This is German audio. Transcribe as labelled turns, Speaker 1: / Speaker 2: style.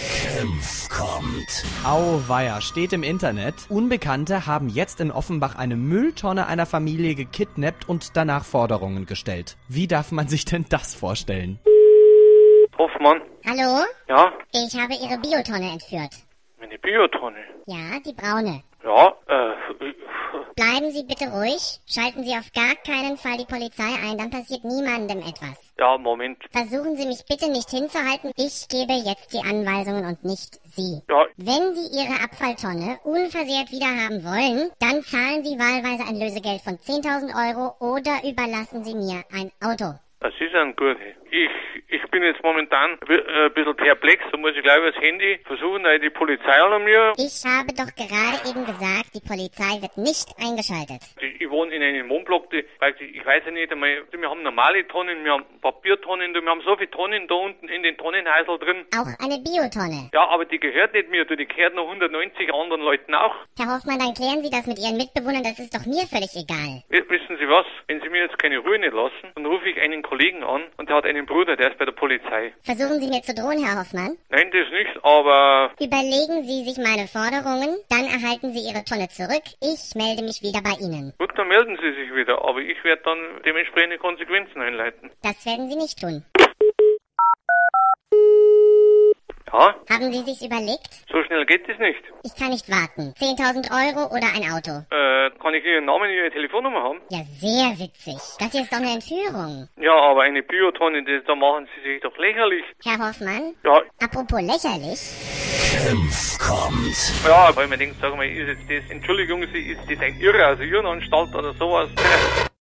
Speaker 1: Senf kommt.
Speaker 2: Auweia, steht im Internet. Unbekannte haben jetzt in Offenbach eine Mülltonne einer Familie gekidnappt und danach Forderungen gestellt. Wie darf man sich denn das vorstellen?
Speaker 3: Hoffmann,
Speaker 4: Hallo?
Speaker 3: ja,
Speaker 4: Ich habe Ihre Biotonne entführt.
Speaker 3: meine Biotonne.
Speaker 4: Ja, die braune.
Speaker 3: Ja, äh, äh,
Speaker 4: Bleiben Sie bitte ruhig. Schalten Sie auf gar keinen Fall die Polizei ein, dann passiert niemandem etwas.
Speaker 3: ja, Moment.
Speaker 4: Versuchen Sie mich bitte nicht hinzuhalten. Ich gebe jetzt die Anweisungen und nicht Sie.
Speaker 3: Ja,
Speaker 4: Wenn Sie Ihre Abfalltonne unversehrt wiederhaben wollen, dann zahlen Sie wahlweise ein Lösegeld von 10.000 Euro oder überlassen Sie mir ein Auto.
Speaker 3: das ist ein guter. Ich, ich bin jetzt momentan wi- äh, ein bisschen perplex, da muss ich gleich über das Handy versuchen, äh, die Polizei an mir.
Speaker 4: Ich habe doch gerade eben gesagt, die Polizei wird nicht eingeschaltet.
Speaker 3: Ich, ich wohne in einem Wohnblock, die, weil ich, ich weiß ja nicht einmal, wir haben normale Tonnen, wir haben Papiertonnen, wir haben so viele Tonnen da unten in den Tonnenhäusl drin.
Speaker 4: Auch eine Biotonne.
Speaker 3: Ja, aber die gehört nicht mir, du, die gehört noch 190 anderen Leuten auch.
Speaker 4: Herr Hoffmann, dann klären Sie das mit Ihren Mitbewohnern, das ist doch mir völlig egal.
Speaker 3: W- Wissen Sie was? Wenn Sie mir jetzt keine Ruhe nicht lassen, dann rufe ich einen Kollegen an und der hat einen Bruder, der ist bei der Polizei.
Speaker 4: Versuchen Sie mir zu drohen, Herr Hoffmann.
Speaker 3: Nein, das nicht, aber
Speaker 4: Überlegen Sie sich meine Forderungen, dann erhalten Sie Ihre Tonne zurück. Ich melde mich wieder bei Ihnen.
Speaker 3: gut, dann melden Sie sich wieder. Aber ich werde dann dementsprechende Konsequenzen einleiten.
Speaker 4: Das werden Sie nicht tun.
Speaker 3: Ja,
Speaker 4: Haben Sie sich's überlegt?
Speaker 3: so schnell geht es nicht.
Speaker 4: Ich kann nicht warten. 10.000 Euro oder ein Auto.
Speaker 3: Äh, kann ich Ihren Namen, Ihre Telefonnummer haben?
Speaker 4: Ja, sehr witzig. Das hier ist doch eine Entführung.
Speaker 3: Ja, aber eine Biotonne, das, da machen Sie sich doch lächerlich.
Speaker 4: Herr Hoffmann,
Speaker 3: Ja,
Speaker 4: apropos lächerlich.
Speaker 1: Senf kommt.
Speaker 3: ja, weil man denkt, sag mal, ist jetzt das, Entschuldigung, Sie, ist das ein Irrer aus Irrenanstalt also oder sowas?